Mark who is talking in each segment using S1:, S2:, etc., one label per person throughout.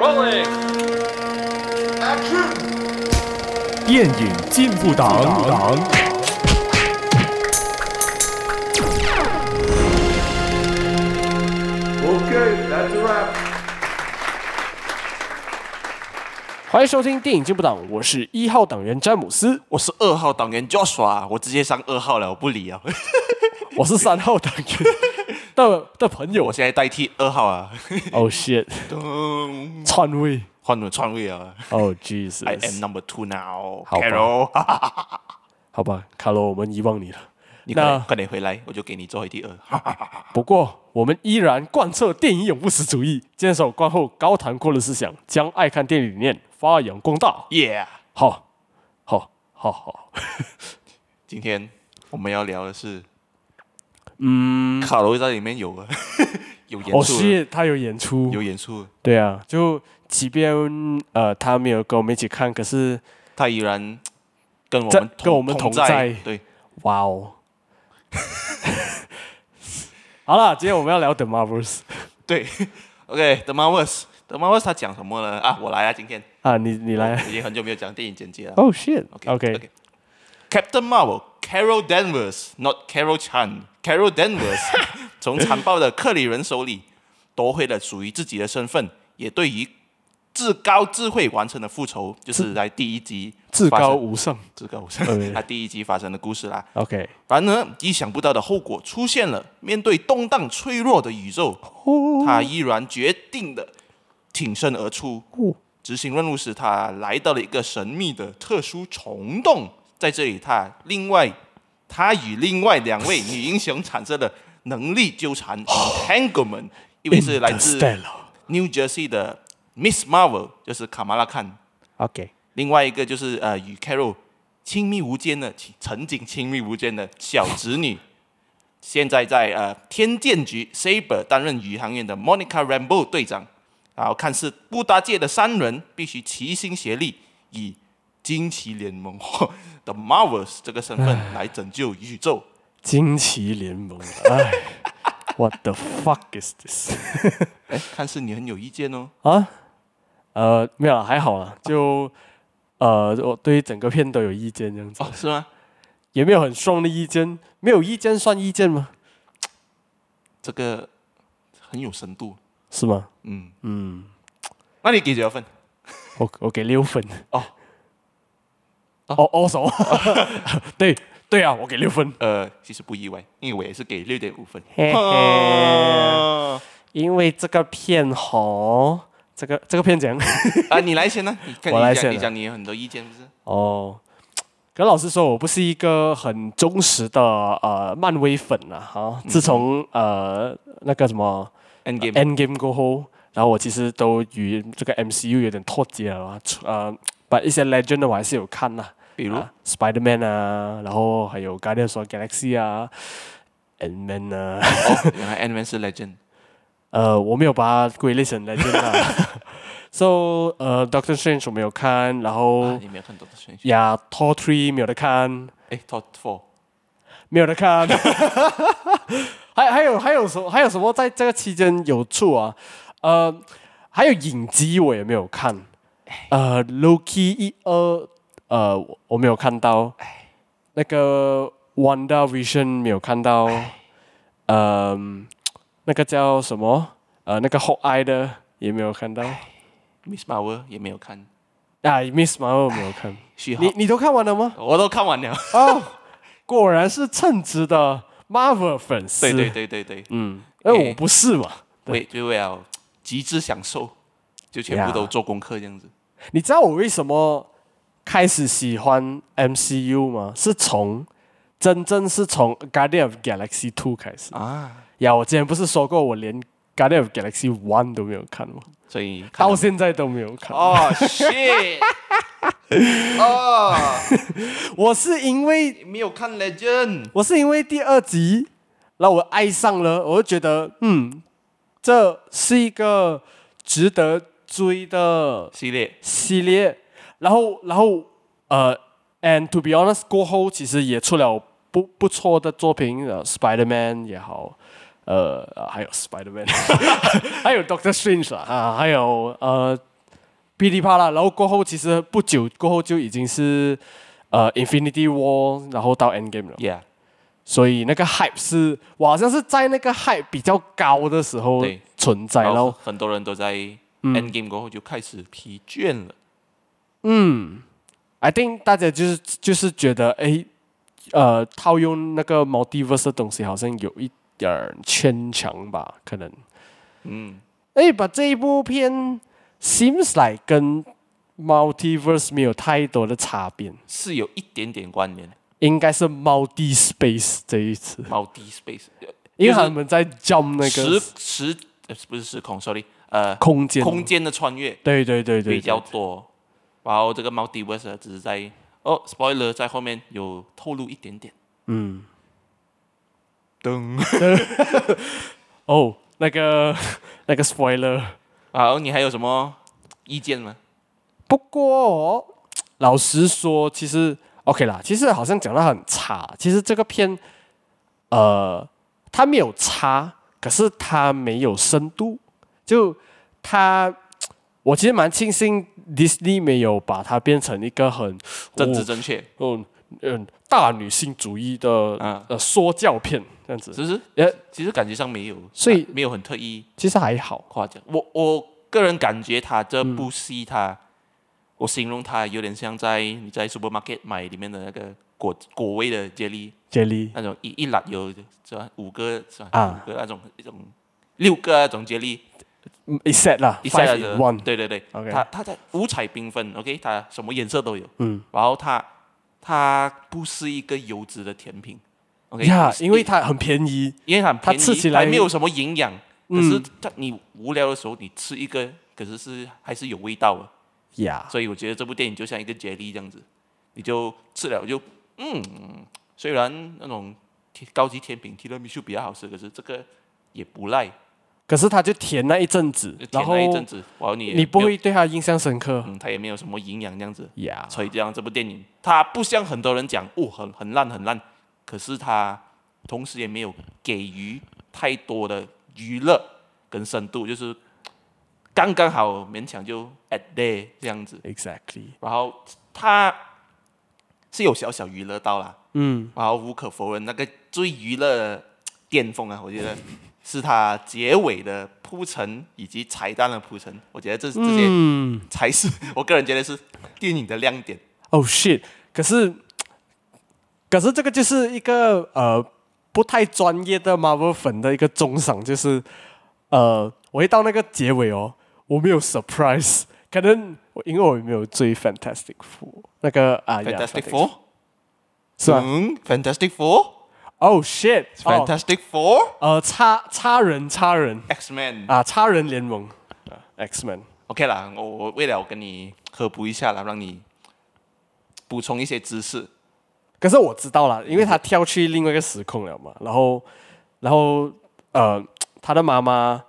S1: Rolling. Action.
S2: 电影进步党。
S1: Okay, that's a wrap.
S3: 欢迎收听电影进步党，我是一号党员詹姆斯，
S4: 我是二号党员 Joshua，我直接上二号了，我不理啊！
S3: 我是三号 党员的的朋友
S4: 我。现在代替二号啊，
S3: 哦、shit，
S4: 咚
S3: 篡位。
S4: 换了篡位 啊
S3: 哦、
S4: ！I am
S3: Jesus，
S4: number two now，
S3: 好吧
S4: Carol，哈哈
S3: 好吧，卡罗，我们遗忘你了。
S4: 你快
S3: 那
S4: 点快点回来，我就给你作为第二。哈
S3: 不过，我们依然贯彻电影永不死主义，坚守观后高谈阔论思想，将爱看电影理念发扬光大。
S4: Yeah，
S3: 好，好，好，好，
S4: 今天我们要聊的是，嗯，卡罗在里面有啊， 有
S3: 哦、
S4: 演出了，
S3: shit，他有演出，
S4: 有演出，
S3: 对啊，就即便呃他没有跟我们一起看，可是
S4: 他依然跟我
S3: 在
S4: 们同
S3: 跟我们同
S4: 同在
S3: 在，
S4: 对，
S3: 哇哦！ 好了，今天我们要聊 The Marvels
S4: 对，OK，The Marvels，The Marvels 他讲什么呢？啊，我来啊，今天
S3: 啊，你你来。
S4: 已经很久没有讲电影简介了。
S3: Oh shit!
S4: Okay,
S3: OK，,
S4: okay. Captain Marvel, Carol Danvers, not Carol Chan, Carol Danvers 从残暴的克里人手里夺回了属于自己的身份，也对于至高智慧完成了复仇，就是在第一集
S3: 至
S4: 发
S3: 高
S4: 生
S3: 无上。
S4: 至高无
S3: Okay
S4: 上，他第一集发生的故事啦。
S3: OK，
S4: 然而，意想不到的后果出现了。面对动荡脆弱的宇宙，他依然决定的挺身而出。执行任务时，他来到了一个神秘的特殊虫洞，在这里，他另外他与另外两位女英雄产生了能力纠缠 （entanglement），一位是来自
S3: Interstellar
S4: New Jersey 的 Miss Marvel，就是卡马拉汗，
S3: OK，
S4: 另外一个就是呃，与 Carol 亲密无间的，亲曾经亲密无间的小侄女，现在在呃天剑局 Saber 担任宇航员的 Monica Rambo 队长。然后看似不搭界的三人必须齐心协力，以惊奇联盟或 The Marvels 这个身份来拯救宇宙。
S3: 惊奇联盟，哎，What the fuck is this？
S4: 哎，看似你很有意见哦。
S3: 啊，呃，没有啦，还好啦，就呃，我对于整个片都有意见，这样子、
S4: 哦，是吗？
S3: 也没有很strong 的意见，没有意见算意见吗？
S4: 这个很有深度。
S3: 是吗？
S4: 嗯嗯，那你给几多分？
S3: 我我给六分。
S4: 哦，
S3: 哦哦什么？ 对对啊，我给六分，
S4: 呃，其实不意外，因为我也是给六点五分。
S3: 嘿
S4: 哦
S3: 嘿因为这个片吼，这个这个片讲
S4: 啊，你来先呢、你看
S3: 我
S4: 你
S3: 来
S4: 讲，
S3: 先
S4: 你
S3: 啊
S4: 讲你有很多意见不是？
S3: 哦。可老实说，我不是一个很忠实的呃漫威粉啊。哈、
S4: 嗯
S3: 自从呃那个什么
S4: Endgame
S3: End Game 过后，然后我其实都与这个 MCU 有点脱节了啊。除呃，把一些 Legend 的我还是有看呐、
S4: 比如、
S3: 啊 Spider-Man 啊，然后还有 Guardians of the Galaxy 啊，Ant-Man 啊，
S4: 哦，原来 Ant-Man 是 Legend，
S3: 呃，我没有把它归类成 Legend 啊。so 呃，Doctor Strange 我没有看，然
S4: 啊
S3: 后
S4: 你没有看到的选项？
S3: 呀，Thor Three 没有得看，
S4: 哎，Top Four，
S3: 没有得看。啊 还还有还有什么还有什么在这个期间有出啊？呃，还有影集我也没有看，
S4: 哎
S3: 呃，Loki 一二呃我我没有看到，
S4: 哎
S3: 那个 Wanda Vision 没有看到，
S4: 哎
S3: 呃，那个叫什么呃那个 Hawk Eye 的也没有看到，
S4: 哎 Miss Marvel 也没有看，
S3: 啊，Miss Marvel 没有看，
S4: 序号
S3: 你你都看完了吗？
S4: 我都看完了。
S3: 哦，果然是称职的 Marvel 粉丝，
S4: 对哎对对对对，
S3: 嗯，因为
S4: 诶
S3: 我不是嘛。
S4: 为就为了极致享受，就全部
S3: 呀
S4: 都做功课这样子。
S3: 你知道我为什么开始喜欢 MCU 吗？是从真正是从 Guardian of Galaxy Two 开始
S4: 啊，
S3: 呀。我之前不是说过我连 Guardian of Galaxy One 都没有看吗？
S4: 所以看
S3: 到
S4: 了
S3: 现在都没有看。
S4: 哦 shit，哦，
S3: 我是因为
S4: 没有看 Legend，
S3: 我是因为第二集让我爱上了，我就觉得嗯，这是一个值得追的
S4: 系列
S3: 系列，然后然后呃，and to be honest，过后其实也出了不不错的作品，呃，Spider-Man 也好， 呃，呃还有 Spider-Man，还有 Doctor Strange 啦，啊，还有呃噼里啪啦，然后过后其实不久过后就已经是呃 Infinity War，然后到 End Game 了，
S4: ，Yeah，
S3: 所以那个 hype 是我好像是在那个 hype 比较高的时候
S4: 对
S3: 存在，
S4: 然
S3: 然
S4: 后
S3: 后
S4: 很多人都在
S3: 嗯
S4: end game 过后就开始疲倦了。
S3: I think 大家就是就是觉得哎，呃，套用那个 multiverse 的东西好像有一点儿牵强吧，可能。
S4: 嗯，
S3: 哎，把这一部片 seems like 跟 multiverse 没有太多的差别，
S4: 是有一点点关联。
S3: 应该是 multi space 这一次，
S4: multi space，呃
S3: 因为他们在 jump 那
S4: 时
S3: 个
S4: 时呃不是时空，sorry，呃，
S3: 空间，
S4: 空，间的穿越
S3: 对对对对，
S4: 比较多。然后这个 multiverse 只是在哦，spoiler 在后面有透露一点点。
S3: 嗯，
S4: 噔，
S3: 哦，那个 那个 spoiler，
S4: 好，你还有什么意见吗？
S3: 不过哦老实说，其实 OK 啦，其实好像讲到很差，其实这个片，呃，它没有差，可是它没有深度，就它。我其实蛮庆幸 Disney 没有把它变成一个很
S4: 政治正确，
S3: 嗯嗯大女性主义的、
S4: 啊
S3: 呃说教片这样子，
S4: 是不是？
S3: 呃，
S4: 其实感觉上没有，
S3: 所以
S4: 啊没有很特意
S3: 其实还好。
S4: 夸奖。我我个人感觉他这部戏
S3: 嗯
S4: 他，我形容他有点像在你在 supermarket 买里面的那个果果味的接力。
S3: Jelly
S4: 那种一一篮有是吧？五个是吧？
S3: 啊
S4: 五个那种一种六个那种接力，
S3: 嗯 i set 啦
S4: 一下
S3: ，five
S4: 子
S3: in one，
S4: 对对对
S3: OK
S4: 它它在五彩缤纷，OK，它什么颜色都有，
S3: 嗯，
S4: 然后它它不是一个油脂的甜品，OK，
S3: 呀，
S4: 是
S3: 因为它很便宜，
S4: 因为它很
S3: 它
S4: 便宜，
S3: 吃起来
S4: 还没有什么营养，可是
S3: 嗯
S4: 它你无聊的时候你吃一个，可是是还是有味道的，
S3: 呀，
S4: 所以我觉得这部电影就像一个杰力这样子，你就吃了就嗯，虽然那种甜高级甜品提拉米苏比较好吃，可是这个也不赖，
S3: 可是它就甜那一阵子，然
S4: 甜
S3: 后
S4: 了一阵子，然后你也
S3: 你不
S4: 没有
S3: 会对它印象深刻
S4: 嗯，它也没有什么营养这样子，
S3: 呀。
S4: 所以这样这部电影它不像很多人讲哦很很烂很烂，可是它同时也没有给予太多的娱乐跟深度，就是刚刚好勉强就 at day 这样子。
S3: Exactly，
S4: 然后他是有小小娱乐到啦，
S3: 嗯，
S4: 然后无可否认，那个最娱乐的巅峰啊，我觉得是他结尾的铺陈以及彩蛋的铺陈，我觉得这这些
S3: 嗯
S4: 才是、 我个人觉得是电影的亮点。
S3: ，Oh shit，可是可是这个就是一个呃不太专业的 Marvel 粉的一个中赏，就是呃，我一到那个结尾哦，我没有 surprise，可能我因为我没有追 Fantastic Four 那个啊呀
S4: Fantastic Four，
S3: 是吧
S4: 嗯，Fantastic Four，Fantastic
S3: ？Oh shit，Fantastic，
S4: Four。
S3: 呃，差差人差人
S4: X Man
S3: 啊，差人联盟，X Men。
S4: OK 啦，我我为了我跟你科普一下啦，让你补充一些知识。
S3: 可是我知道了，
S4: 嗯
S3: 因为他跳去另外一个时空了嘛，然后，呃然后，呃，他的妈妈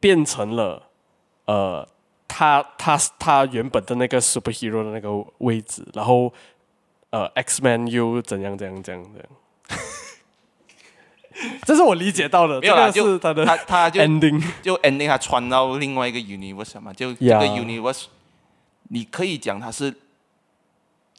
S3: 变成了，呃，他他他原本的那个 superhero 的那个位置，然后，呃，X Man 又怎样怎样怎样怎样，这是我理解到的，这
S4: 没有啦，
S3: 个
S4: 就是
S3: 他的
S4: 他 他就
S3: ending，
S4: 就 ending 它穿到另外一个 universe 嘛，就这
S3: Yeah
S4: 个 universe，你可以讲它是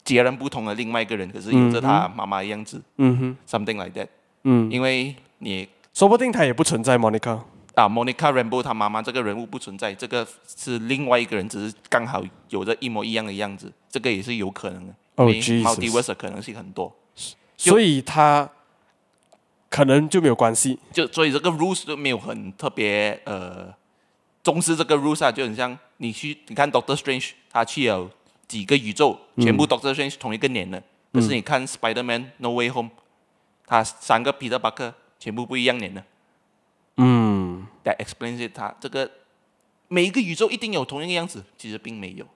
S4: 截然不同的另外一个人，可是有着他妈妈的样子、
S3: 嗯哼，
S4: s o m e t h i n g like that。
S3: 嗯，
S4: 因为你
S3: 说不定他也不存在 Monica，
S4: 啊，Monica Rambo 她妈妈这个人物不存在，这个是另外一个人，只是刚好有着一模一样的样子，这个也是有可能的。
S3: Oh,
S4: 因为
S3: Jesus
S4: multiverse 的可能性很多，
S3: 所以他可能就没有关系，
S4: 就所以这个 rules 就没有很特别呃重视这个 rules 啊，就很像你去你看 Doctor Strange，他去了几个宇宙，全
S3: 嗯
S4: 部 Doctor Strange 同一个年的，可是你看 Spider Man No Way Home，他三个 Peter Parker 全部不一样年的。
S3: 嗯。
S4: That explains it，他这个每一个宇宙一定有同一个样子，其实并没有。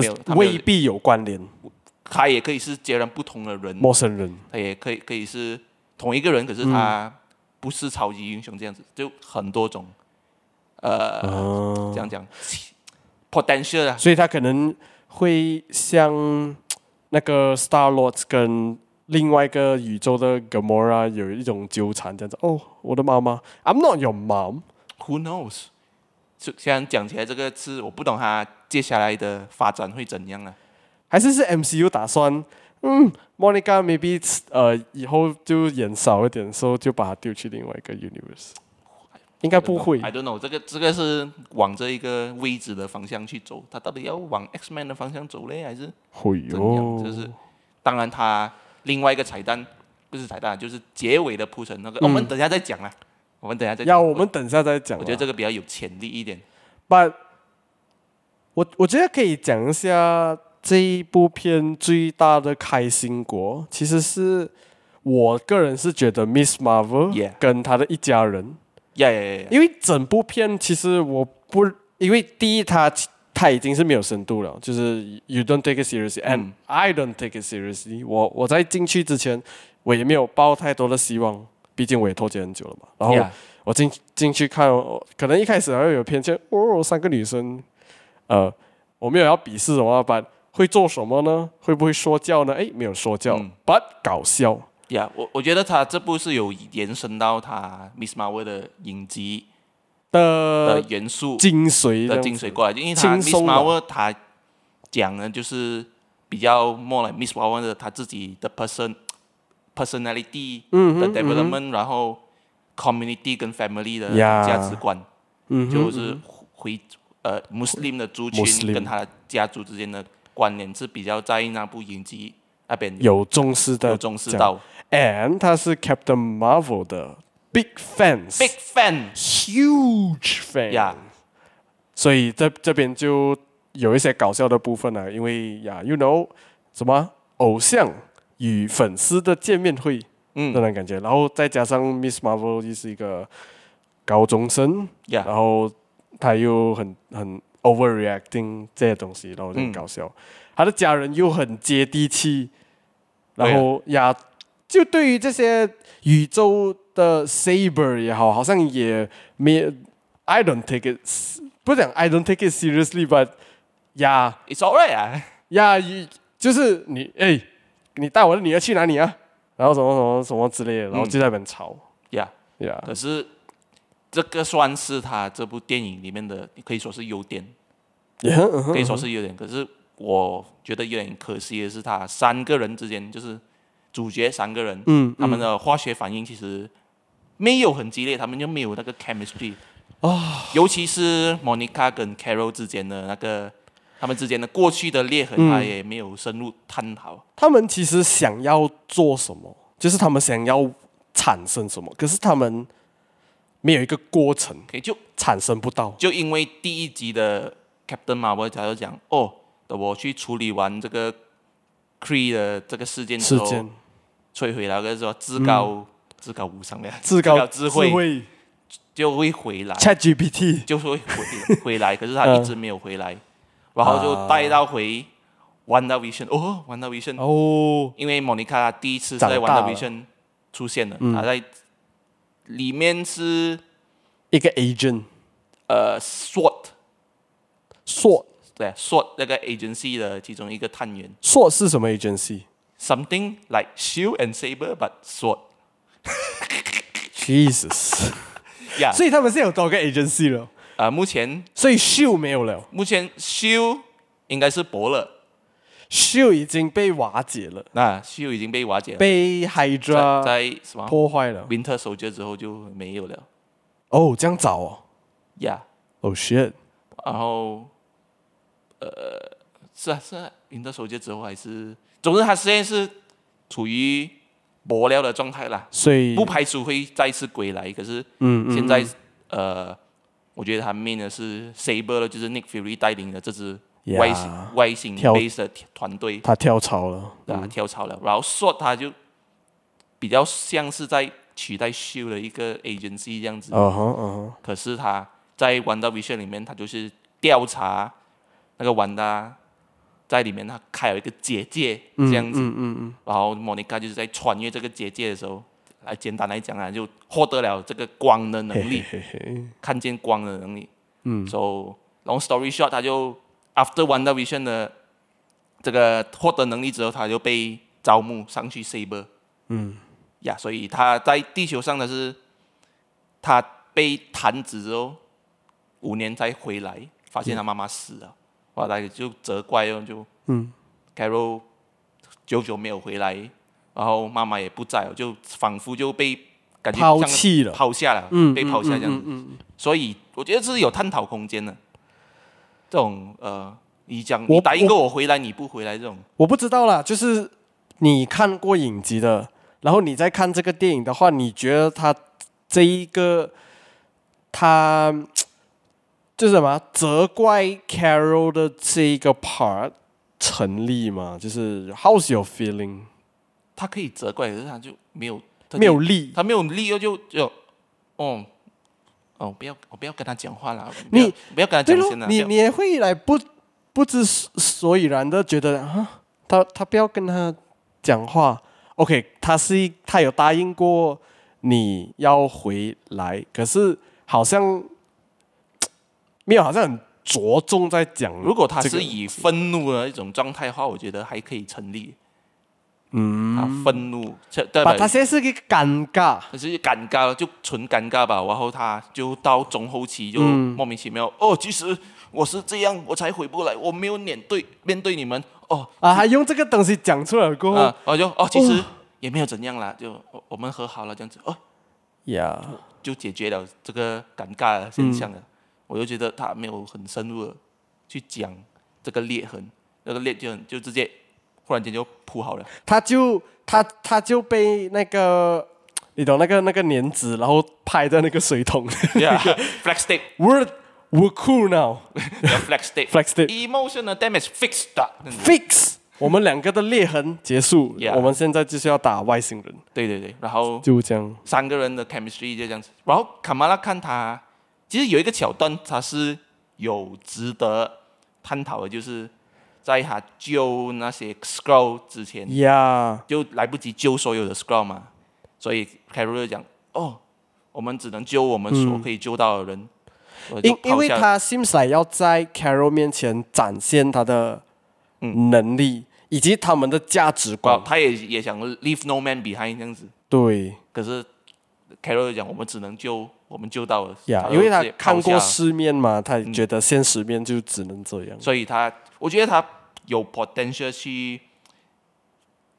S3: 可
S4: 没
S3: 是
S4: 有，他没有嗯
S3: 未必有关联，
S4: 他也可以是截然不同的人，
S3: 陌生人。
S4: 他也可以可以是同一个人，可是
S3: 嗯
S4: 他不是超级英雄这样子，就很多种，呃，
S3: 哦啊
S4: 这样讲 potential 啊，
S3: 所以他可能会像那个 Star Lord 跟另外一个宇宙的 Gamora 有一种纠缠，这样子。哦，我的妈妈，I'm not your mom。
S4: Who knows？就现在讲起来这个是我不懂它接下来的发展会怎样啊。
S3: 还是是 MCU 打算，嗯，Monica maybe 呃以后就演少一点，所以就把它丢去另外一个 universe，应该不会
S4: I。don't know，这个这个是往这一个位置的方向去走，它到底要往 X Man 的方向走嘞，还是
S3: 会
S4: 怎样？就是当然它另外一个彩蛋不是彩蛋，啊就是结尾的铺陈那个、我们等一下再讲啦，我们等一下再
S3: 嗯
S4: 讲
S3: 哎要我们等一下再讲啦。啊
S4: 我觉得这个比较有潜力一点。
S3: But 我我觉得可以讲一下这一部片最大的开心果，其实是我个人是觉得 Miss Marvel
S4: Yeah
S3: 跟他的一家人
S4: 呀呀呀呀！
S3: 因为整部片其实我不，因为第一它它已经是没有深度了，就是 you don't take it seriously and、
S4: 嗯
S3: I don't take it seriously 我。我在进去之前我也没有抱太多的希望，毕竟我也脱节很久了嘛。然后
S4: Yeah
S3: 我进进去看，我可能一开始还会有偏见，哦，三个女生，呃，我没有要鄙视什么，但会做什么呢？会不会说教呢？哎，没有说教、
S4: 嗯
S3: b u t 搞笑。
S4: 呀、我我觉得他这部是有延伸到他 Miss Marvel 的影集的
S3: 的
S4: 元素
S3: 精髓呃这
S4: 的
S3: 样
S4: 精
S3: 子
S4: 髓过来，因为他
S3: 轻
S4: Miss
S3: 松的
S4: Marvel 他讲的就是比较 more like Miss Marvel 的他自己的 person personality
S3: 嗯
S4: 的 development，、然后 community 跟 family 的
S3: Yeah
S4: 价值观
S3: 嗯哼
S4: 就是回呃 Muslim 的族群
S3: Muslim
S4: 跟他的家族之间的关联是比较在那部影集那边
S3: 有重视的
S4: 有重视
S3: 讲
S4: 到
S3: ，and 他是 Captain Marvel 的 big fans
S4: big fan。
S3: huge fan，
S4: 呀
S3: 所以这这边就有一些搞笑的部分了、因为呀、y o u know 什么偶像与粉丝的见面会，
S4: 嗯
S3: 那种感觉，然后再加上 Miss Marvel 就是一个高中生，
S4: 呀
S3: 然后他又很很 overreacting 这些东西，然后就很
S4: 嗯
S3: 搞笑。他的家人又很接地气，
S4: 对啊
S3: 然后呀，就对于这些宇宙的 saber 也好，好像也没 I don't take it，不是讲 I don't take it seriously，but 呀
S4: It's alright 啊，
S3: 呀，一就是你哎，你带我的女儿去哪里啊？然后什么什么什么之类的，然后就在那边吵
S4: 呀、
S3: 呀。
S4: 可是这个算是他这部电影里面的，可以说是优点，
S3: 也很嗯哼
S4: 可以说是优点。可是我觉得有点可惜的是，他三个人之间，就是主角三个人，
S3: 嗯
S4: 他们的化学反应其实没有很激烈，他们就没有那个 chemistry 啊、尤其是 Monica 跟 Carol 之间的那个。他们之间的过去的裂
S3: 嗯
S4: 痕，他也没有深入探讨。
S3: 他们其实想要做什么，就是他们想要产生什么，可是他们没有一个过程，
S4: OK，就
S3: 产生不到。
S4: 就因为第一集的 Captain Marvel 他就讲哦，等我去处理完这个 Cree 的这个事件之
S3: 事
S4: 后，
S3: 件嗯
S4: 摧毁了，跟说至高、至高无上的
S3: 至高
S4: 智慧
S3: 慧
S4: 就会回来，
S3: ChatGPT
S4: 就会回 回来，可是他一直没有回来，然后就带到回 Wanda Vision，哦，Wanda Vision，、
S3: 啊哦，
S4: 因为莫妮卡第一次在
S3: 长大
S4: Wanda
S3: 了嗯
S4: Vision 出现了，她在里面是
S3: 一个 agent
S4: 呃 SWAT
S3: 硕
S4: 对 SWAT 那个 agency 的其中一个探员。
S3: 硕是什么 agency？Jesus，
S4: something like shield and saber but sword。Yeah，
S3: 所以他们是有多个 agency 了，
S4: 啊、目前
S3: 所以 Shield 没有了
S4: 目前 shield 应该是薄了，
S3: ，Shield 已经被瓦解了，
S4: 那 shield 已经被瓦解了，
S3: 被
S4: 在
S3: Hydra
S4: 在什么
S3: 破坏了。
S4: Winter Soldier 之后就没有了。
S3: 哦，这样早哦
S4: Yeah，
S3: ，Oh shit，
S4: 然后呃，是啊是啊，Winter Soldier 之后还是，总之他现在是处于薄了的状态啦，
S3: 所以
S4: 不排除会再次归来，可是
S3: 嗯嗯
S4: 现在、呃，我觉得他面的是 Saber 了，就是 Nick Fury 带领的这支
S3: Yeah
S4: 外星外星
S3: 跳嗯
S4: base 的团队
S3: 他跳槽了，
S4: 啊跳槽了，然后 Sword 他就比较像是在取代 Shield 的一个 agency 这样子，
S3: 嗯哼嗯哼。
S4: 可是他在 Wanda Vision 里面，他就是调查那个 Wanda 在里面，他开了一个结界这样子，
S3: 嗯嗯嗯，
S4: 然后莫妮卡就是在穿越这个结界的时候，来简单来讲啊，就获得了这个光的能力，
S3: 嘿嘿，
S4: 看见光的能力。嗯，so long story short，他就 after Wonder Vision 的这个获得能力之后，他就被招募上去 Saber。嗯，呀，所以他在地球上的是，他被弹指之后，五年才回来，发现他妈妈死了，哇，他就责怪哦，就
S3: 嗯
S4: Carol 久久没有回来，然后妈妈也不在哦，就仿佛就被感觉像
S3: 抛弃了
S4: 抛下了，
S3: 嗯，
S4: 被抛下这样子。
S3: 嗯嗯嗯嗯
S4: 所以我觉得这是有探讨空间的。这种呃，你讲
S3: 我
S4: 你答应过我回来，你不回来这种，
S3: 我不知道啦，就是你看过影集的，然后你再看这个电影的话，你觉得他这一个他就是什么责怪 Carol 的这一个 part 成立吗？就是 How's your feeling？
S4: 他可以责怪，可是他就没有他就
S3: 没有力，
S4: 他没有利用就就哦哦，不要我不要跟他讲话啦，
S3: 你
S4: 不要不要跟他
S3: 对
S4: 讲
S3: 咯
S4: 先，啦，
S3: 你
S4: 不要
S3: 你也会来不不知所以然的觉得啊，他他不要跟他讲话。OK，他是一他有答应过你要回来，可是好像没有，好像很着重在讲这个。
S4: 如果他是以愤怒的一种状态的话，我觉得还可以成立。嗯，他愤怒，这代
S3: 把
S4: 表
S3: 他现在是一个尴尬，
S4: 可是尴尬，就纯尴尬吧。然后他就到中后期就
S3: 嗯
S4: 莫名其妙、哦，其实我是这样，我才回不来，我没有面对面对你们哦
S3: 啊，他用这个东西讲出来过后
S4: 啊，我就哦，其实也没有怎样啦，就哦我我们和好了这样子哦，
S3: 呀，
S4: 就解决了这个尴尬的现象了。我就觉得他没有很深入的去讲这个裂痕，那个裂就很就直接忽然间就铺好了。
S3: 他就他他就被那个你懂那个那个粘纸，然后拍在那个水桶。
S4: Yeah，flex
S3: We're we're cool now.
S4: tape，flex tape，flex
S3: Flex it.
S4: tape，emotional damage fixed。啊
S3: Fix 我们两个的裂痕结束。
S4: Yeah.
S3: 我们现在就是要打外星人，
S4: 对对对，然后
S3: 就这样。
S4: 三个人的 chemistry 就这样子。然后卡马拉看他，其实有一个桥段，他是有值得探讨的，就是在他救那些 scroll 之前，
S3: 呀，
S4: 就来不及救所有的 scroll 嘛，所以 Carol 就讲，哦，我们只能救我们所可以救到的人。我就
S3: 嗯因因为
S4: 抛下
S3: 他 seems like 要在 Carol 面前展现他的能力以及他们的价值观
S4: 哇。他也也想 leave no man behind 这样子，
S3: 对
S4: 可是 Carol 就讲，我们只能救我们救到的，
S3: 呀，
S4: 就
S3: 因为他
S4: 直接抛
S3: 看过
S4: 下
S3: 世面嘛，他觉得现实面就只能这样。
S4: 所以他，我觉得他有 potential 去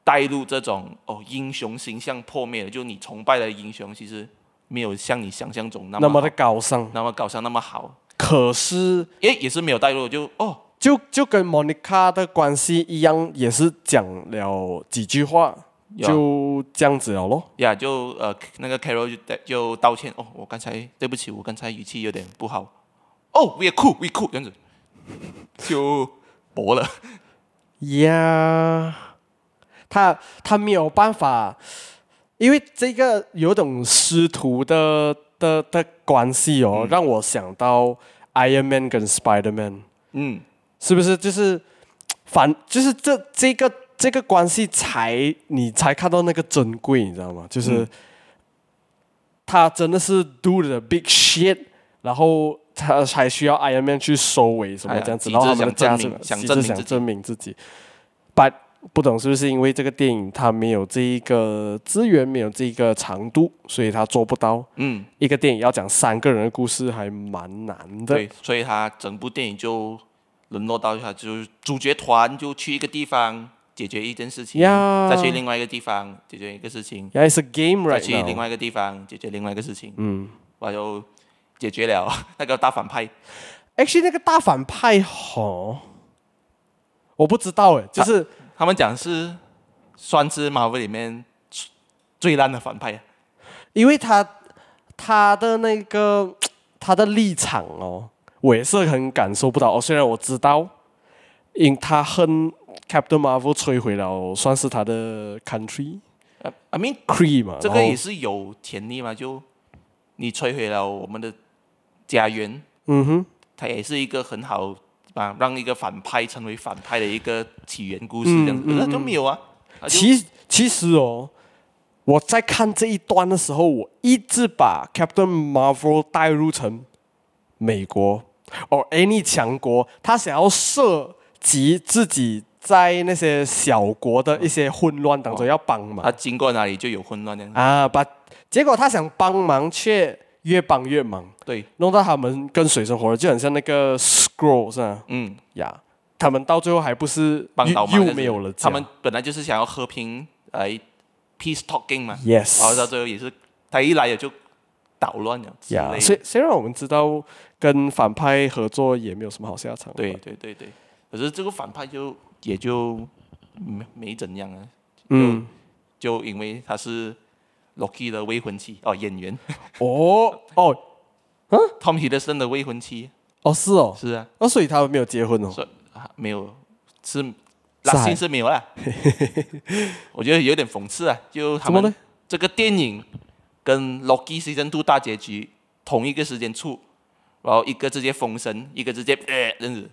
S4: 带入这种哦英雄形象破灭了，就你崇拜的英雄其实没有像你想象中那么
S3: 那么
S4: 好
S3: 的高尚，
S4: 那么搞笑那么好，
S3: 可是
S4: 也也是没有带入，就哦
S3: 就就跟 Monica 的关系一样，也是讲了几句话
S4: Yeah
S3: 就这样子了咯。
S4: 呀就呃那个 Carol 就带就道歉哦，我刚才对不起，我刚才语气有点不好，哦 we are cool we cool 这样子就薄了，
S3: 呀、他他没有办法，因为这个有种师徒的的的关系哦，让我想到 Iron Man 跟 Spider Man，
S4: 嗯
S3: 是不是？就是反，就是这这个这个关系才你才看到那个珍贵，你知道吗？就是、
S4: 嗯
S3: 他真的是 do the big shit，然后他才需要 Iron Man 去收尾什么
S4: 哎呀
S3: 这样子，
S4: 极致
S3: 然后他们的家
S4: 想
S3: 族
S4: 证
S3: 极致
S4: 明想证明
S3: 想
S4: 自己
S3: 证明自己。But 不懂是不是因为这个电影它没有这一个资源，没有这一个长度，所以他做不到。
S4: 嗯
S3: 一个电影要讲三个人的故事还蛮难的。
S4: 对，所以他整部电影就沦落到他就是主角团就去一个地方解决一件事情
S3: 呀
S4: 再去另外一个地方解决一个事情，
S3: Yeah, it's a game
S4: 再
S3: right
S4: 去另
S3: now.
S4: 外一个地方解决另外一个事情，
S3: 嗯
S4: 我就解决了那个大反派，
S3: ，actually 那个大反派吼，我不知道
S4: 啊
S3: 诶，就是
S4: 他们讲是算是 Marvel 里面最最烂的反派，
S3: 因为他他的那个他的立场哦，我也是很感受不到哦。虽然我知道，因他恨 Captain Marvel 摧毁了，算是他的 country
S4: 呃，I mean
S3: creed 嘛。
S4: 这
S3: 啊然
S4: 个
S3: 后
S4: 也是有潜力嘛，就你摧毁了我们的家园，
S3: 嗯哼，
S4: 它也是一个很好啊，让一个反派成为反派的一个起源故事
S3: 嗯
S4: 这样子，
S3: 嗯
S4: 那、就没有啊。它就
S3: 其其实哦，我在看这一段的时候，我一直把 Captain Marvel 带入成美国 or any 强国，他想要涉及自己在那些小国的一些混乱
S4: 哦啊
S3: 当中要帮忙
S4: 它经过哪里就有混乱这样子。
S3: 啊，把结果他想帮忙却越帮越忙，
S4: 对，
S3: 弄到他们跟水深火热，就很像那个 Scroll 是吧？
S4: 嗯，
S3: 呀、他们到最后还不是
S4: 帮倒忙
S3: 又又
S4: 就是
S3: 没有了家，
S4: 他们本来就是想要和平来 peace talking 嘛，
S3: yes，
S4: 然后到最后也是他一来也就捣乱了之
S3: 呀
S4: 类
S3: 虽
S4: 的。
S3: 虽然我们知道跟反派合作也没有什么好下场，
S4: 对，对对对，可是这个反派就也就没没怎样啊，
S3: 嗯，
S4: 就因为他是 Loki 的未婚妻哦，演员
S3: 哦哦
S4: Tom Hiddleston 的未婚妻
S3: 哦是哦，
S4: 是啊，
S3: 哦所以他们没有结婚 哦，
S4: 所以、啊、没有是
S3: 是啊
S4: 拉
S3: 还
S4: 辛是没 有啦，我觉得有点讽刺啊，就他
S3: 怎么
S4: 们
S3: 呢？
S4: 这个电影跟 Loki Season Two 大结局同一个时间出，然后一个直接封神，一个直接呃这样子，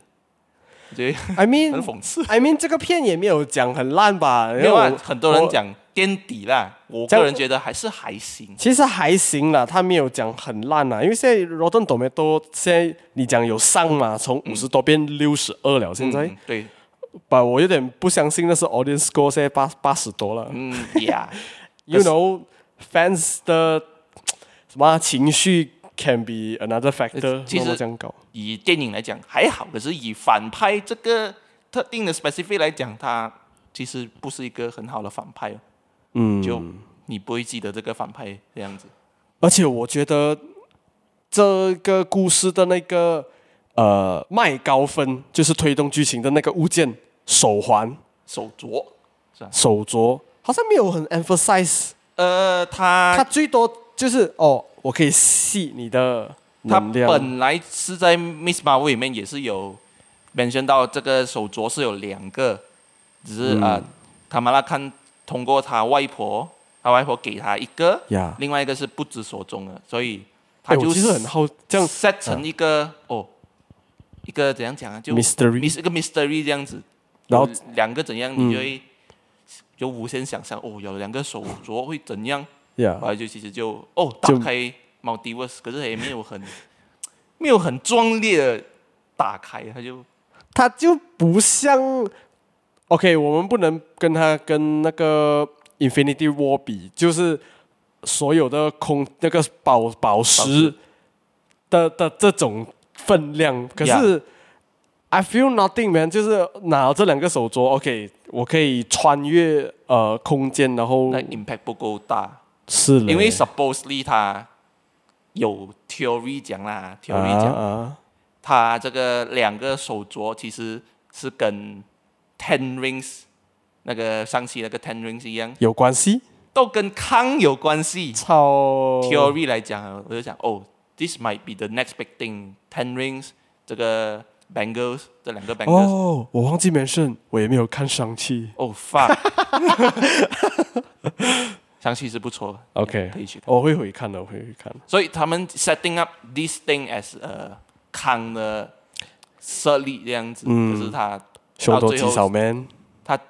S4: 我觉得
S3: I mean，
S4: 很讽刺。
S3: I mean，这个片也没有讲很烂吧？
S4: 没有啊
S3: 然后，我
S4: 很多人，讲垫底啦，我
S3: 这样
S4: 个人觉得还是还行
S3: 我。其实还行啦，他没有讲很烂啊啦，因为现在 Rotten Tomato 现在你讲有上嘛，从五十多变六十二了，现在
S4: 嗯，对，
S3: 把、我有点不相信那是 Audience Score 现在八八十多了、
S4: 嗯呀
S3: y o u know fans 的什么啊情绪 can be another factor，
S4: 其实
S3: 那么这样搞，
S4: 以电影来讲还好，可是以反派这个特定的 specific 来讲，他其实不是一个很好的反派哦，
S3: 嗯，
S4: 就你不会记得这个反派这样子。
S3: 而且我觉得这个故事的那个呃卖高分，就是推动剧情的那个物件手环、
S4: 手镯，
S3: 手镯，好像没有很 emphasize，
S4: 呃，
S3: 它
S4: 他
S3: 最多就是哦，我可以吸你的
S4: 他
S3: 能量。
S4: 本来是在 Miss Marvel 里面也是有 mention 到这个手镯是有两个，只是
S3: 嗯
S4: 啊、呃，卡马拉看通过他外婆，他外婆给他一个，
S3: 呀，
S4: 另外一个是不知所踪的，所以他
S3: 哎，
S4: 就
S3: 我其实很好这样啊
S4: set 成一个、哦，一个怎样讲啊，就
S3: mystery，
S4: miss 一个 mystery 这样子，
S3: 然后嗯
S4: 有两个怎样，你就会、就无限想象哦，有两个手镯会怎样，
S3: 呀
S4: 然，后就其实就哦打
S3: 啊就
S4: 开 multiverse，可是也没有很没有很壮烈的打开，他就
S3: 它就不像 OK，我们不能跟它跟那个 Infinity War 比，就是所有的空那个宝宝石
S4: 石
S3: 的的这种分量。可是
S4: Yeah
S3: I feel nothing man，就是拿这两个手镯，OK，我可以穿越呃空间，然后
S4: 那 impact 不够大，
S3: 是嘞
S4: 因为 supposedly 他有 theory 讲啦，theory
S3: 啊
S4: 讲。
S3: 啊
S4: 他这个两个手镯其实是跟 Ten Rings 那个上期那个 Ten Rings 一样，
S3: 有关系，
S4: 都跟康有关系。
S3: 超
S4: Theory 来讲啊，我就想哦，this might be the next big thing。Ten Rings 这个 Bangles 这两个 Bangles，
S3: 哦，我忘记 mention，我也没有看上期。
S4: 哦 fuck，上期是不错的
S3: OK，
S4: 可以去看。
S3: 我会回看的，我会回看。
S4: 所以他们 setting up this thing as 呃康的设立这样子，
S3: 嗯
S4: 可是他
S3: 凶
S4: 到
S3: 多
S4: 最
S3: 吉
S4: 后
S3: 少，man。
S4: 他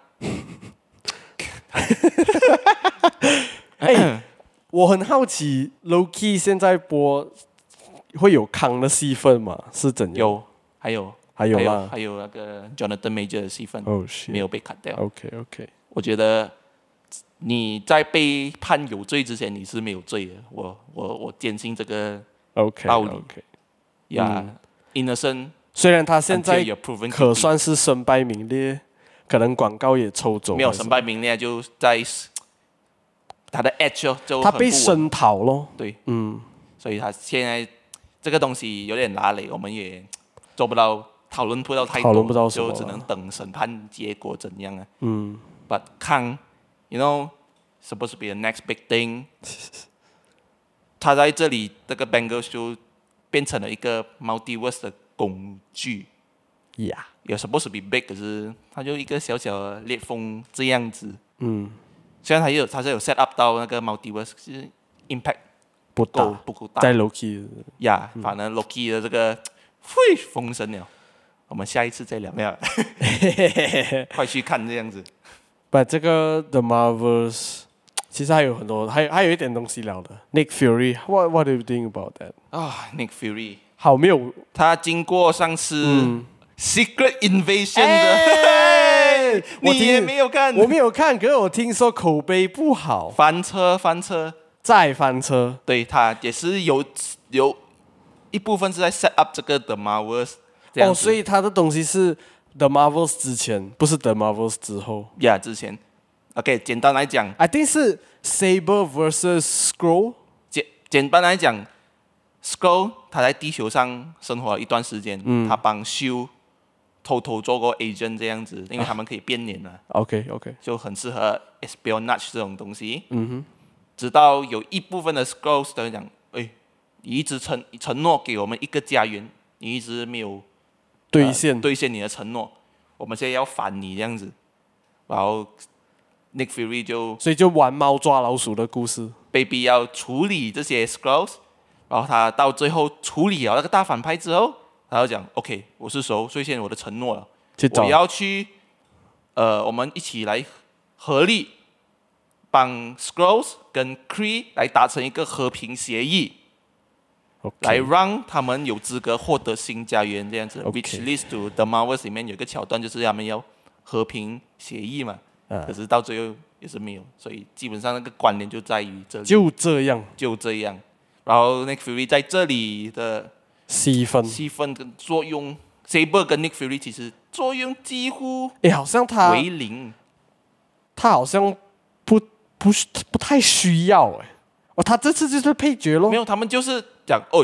S4: 哎
S3: 我很好奇，Loki 现在播会有康的戏份吗？是怎样？
S4: 有，还有，
S3: 还有
S4: 还有
S3: 吗
S4: 还有那个 Jonathan Major 的戏份、
S3: 哦，是
S4: 没。有被砍掉。
S3: OK OK，
S4: 我觉得你在被判有罪之前，你是没有罪的。我我我坚信这个
S3: OK
S4: 道理
S3: OK。
S4: 呀、innocent
S3: 虽然他嗯现
S4: until
S3: 在
S4: you're proven guilty。
S3: 可算是身败名裂，可能广告也抽走，
S4: 没有
S3: 还是
S4: 身，败名裂，就在他的 edge 哦就
S3: 他
S4: 很
S3: 被
S4: 不稳
S3: 声讨咯。
S4: 对，
S3: 嗯，
S4: 所以他现在这个东西有点拉累，我们也做不到讨论不到太多，
S3: 讨论不到什么
S4: 就只能等审判结果怎样啊。嗯，But Kang, you know, supposed to be the next big thing 。他在这里这个 Bengals 就变成了一个 multiverse 的工具，
S3: 呀，
S4: 也 supposed to be big，可是它就一个小小的裂缝这样子。嗯，虽然它也有它是有 set up 到那个 multiverse，就是 impact
S3: 不
S4: 不够
S3: 打，
S4: 不够大。
S3: 在 Loki
S4: 呀
S3: 嗯
S4: 反正 Loki 的这个会封神了，我们下一次再聊，没有， 快去看这样子。
S3: 把这个 The Marvels，其实还有很多，还有还有一点东西聊的。Nick Fury，what what do you think about that？
S4: 啊、n i c k Fury，
S3: 好没有
S4: 他经过上次、Secret
S3: 嗯
S4: Invasion 的，
S3: 哎我
S4: 你也
S3: 听
S4: 没有看，
S3: 我没有看，可是我听说口碑不好。
S4: 翻车翻车，
S3: 再翻车，
S4: 对他也是有有一部分是在 set up 这个 The Marvels 这样
S3: 哦，
S4: 子
S3: 所以他的东西是 The Marvels 之前，不是 The Marvels 之后。
S4: 呀之前，OK，简单来讲，
S3: I think 是 Saber vs Scroll。
S4: 简简单来讲，Skull 他在地球上生活了一段时间，他帮修偷偷做过 agent 这样子，因为他们可以变脸了，
S3: OK OK，
S4: 就很适合 espionage 这种东西。嗯哼，直到有一部分的 Skulls 的人讲，哎，你一直承承诺给我们一个家园，你一直没有呃
S3: 兑现。
S4: 兑现你的承诺，我们现在要反你这样子，然后 Nick Fury 就
S3: 所以就玩猫抓老鼠的故事。
S4: 被逼要处理这些 scrolls，然后他到最后处理了那个大反派之后，他就讲 OK，我是熟兑现我的承诺了，
S3: 去
S4: 我
S3: 找
S4: 要去，呃，我们一起来合力帮 scrolls 跟 Cree 来达成一个和平协议。
S3: OK
S4: 来让他们有资格获得新家园这样子
S3: OK
S4: which leads to the Marvels 里面有一个桥段，就是他们要和平协议嘛，
S3: 嗯
S4: 可是到最后也是没有，所以基本上那个关联就在于这里，就
S3: 就这样
S4: 就这样。然后 Nick Fury 在这里的
S3: 细分。
S4: 戏份跟作用，Saber 跟 Nick Fury 其实作用几乎
S3: 诶，好像他
S4: 为零，
S3: 他好像不不是不太需要诶。哦，他这次就是配角咯
S4: 没。有，他们就是讲，哎，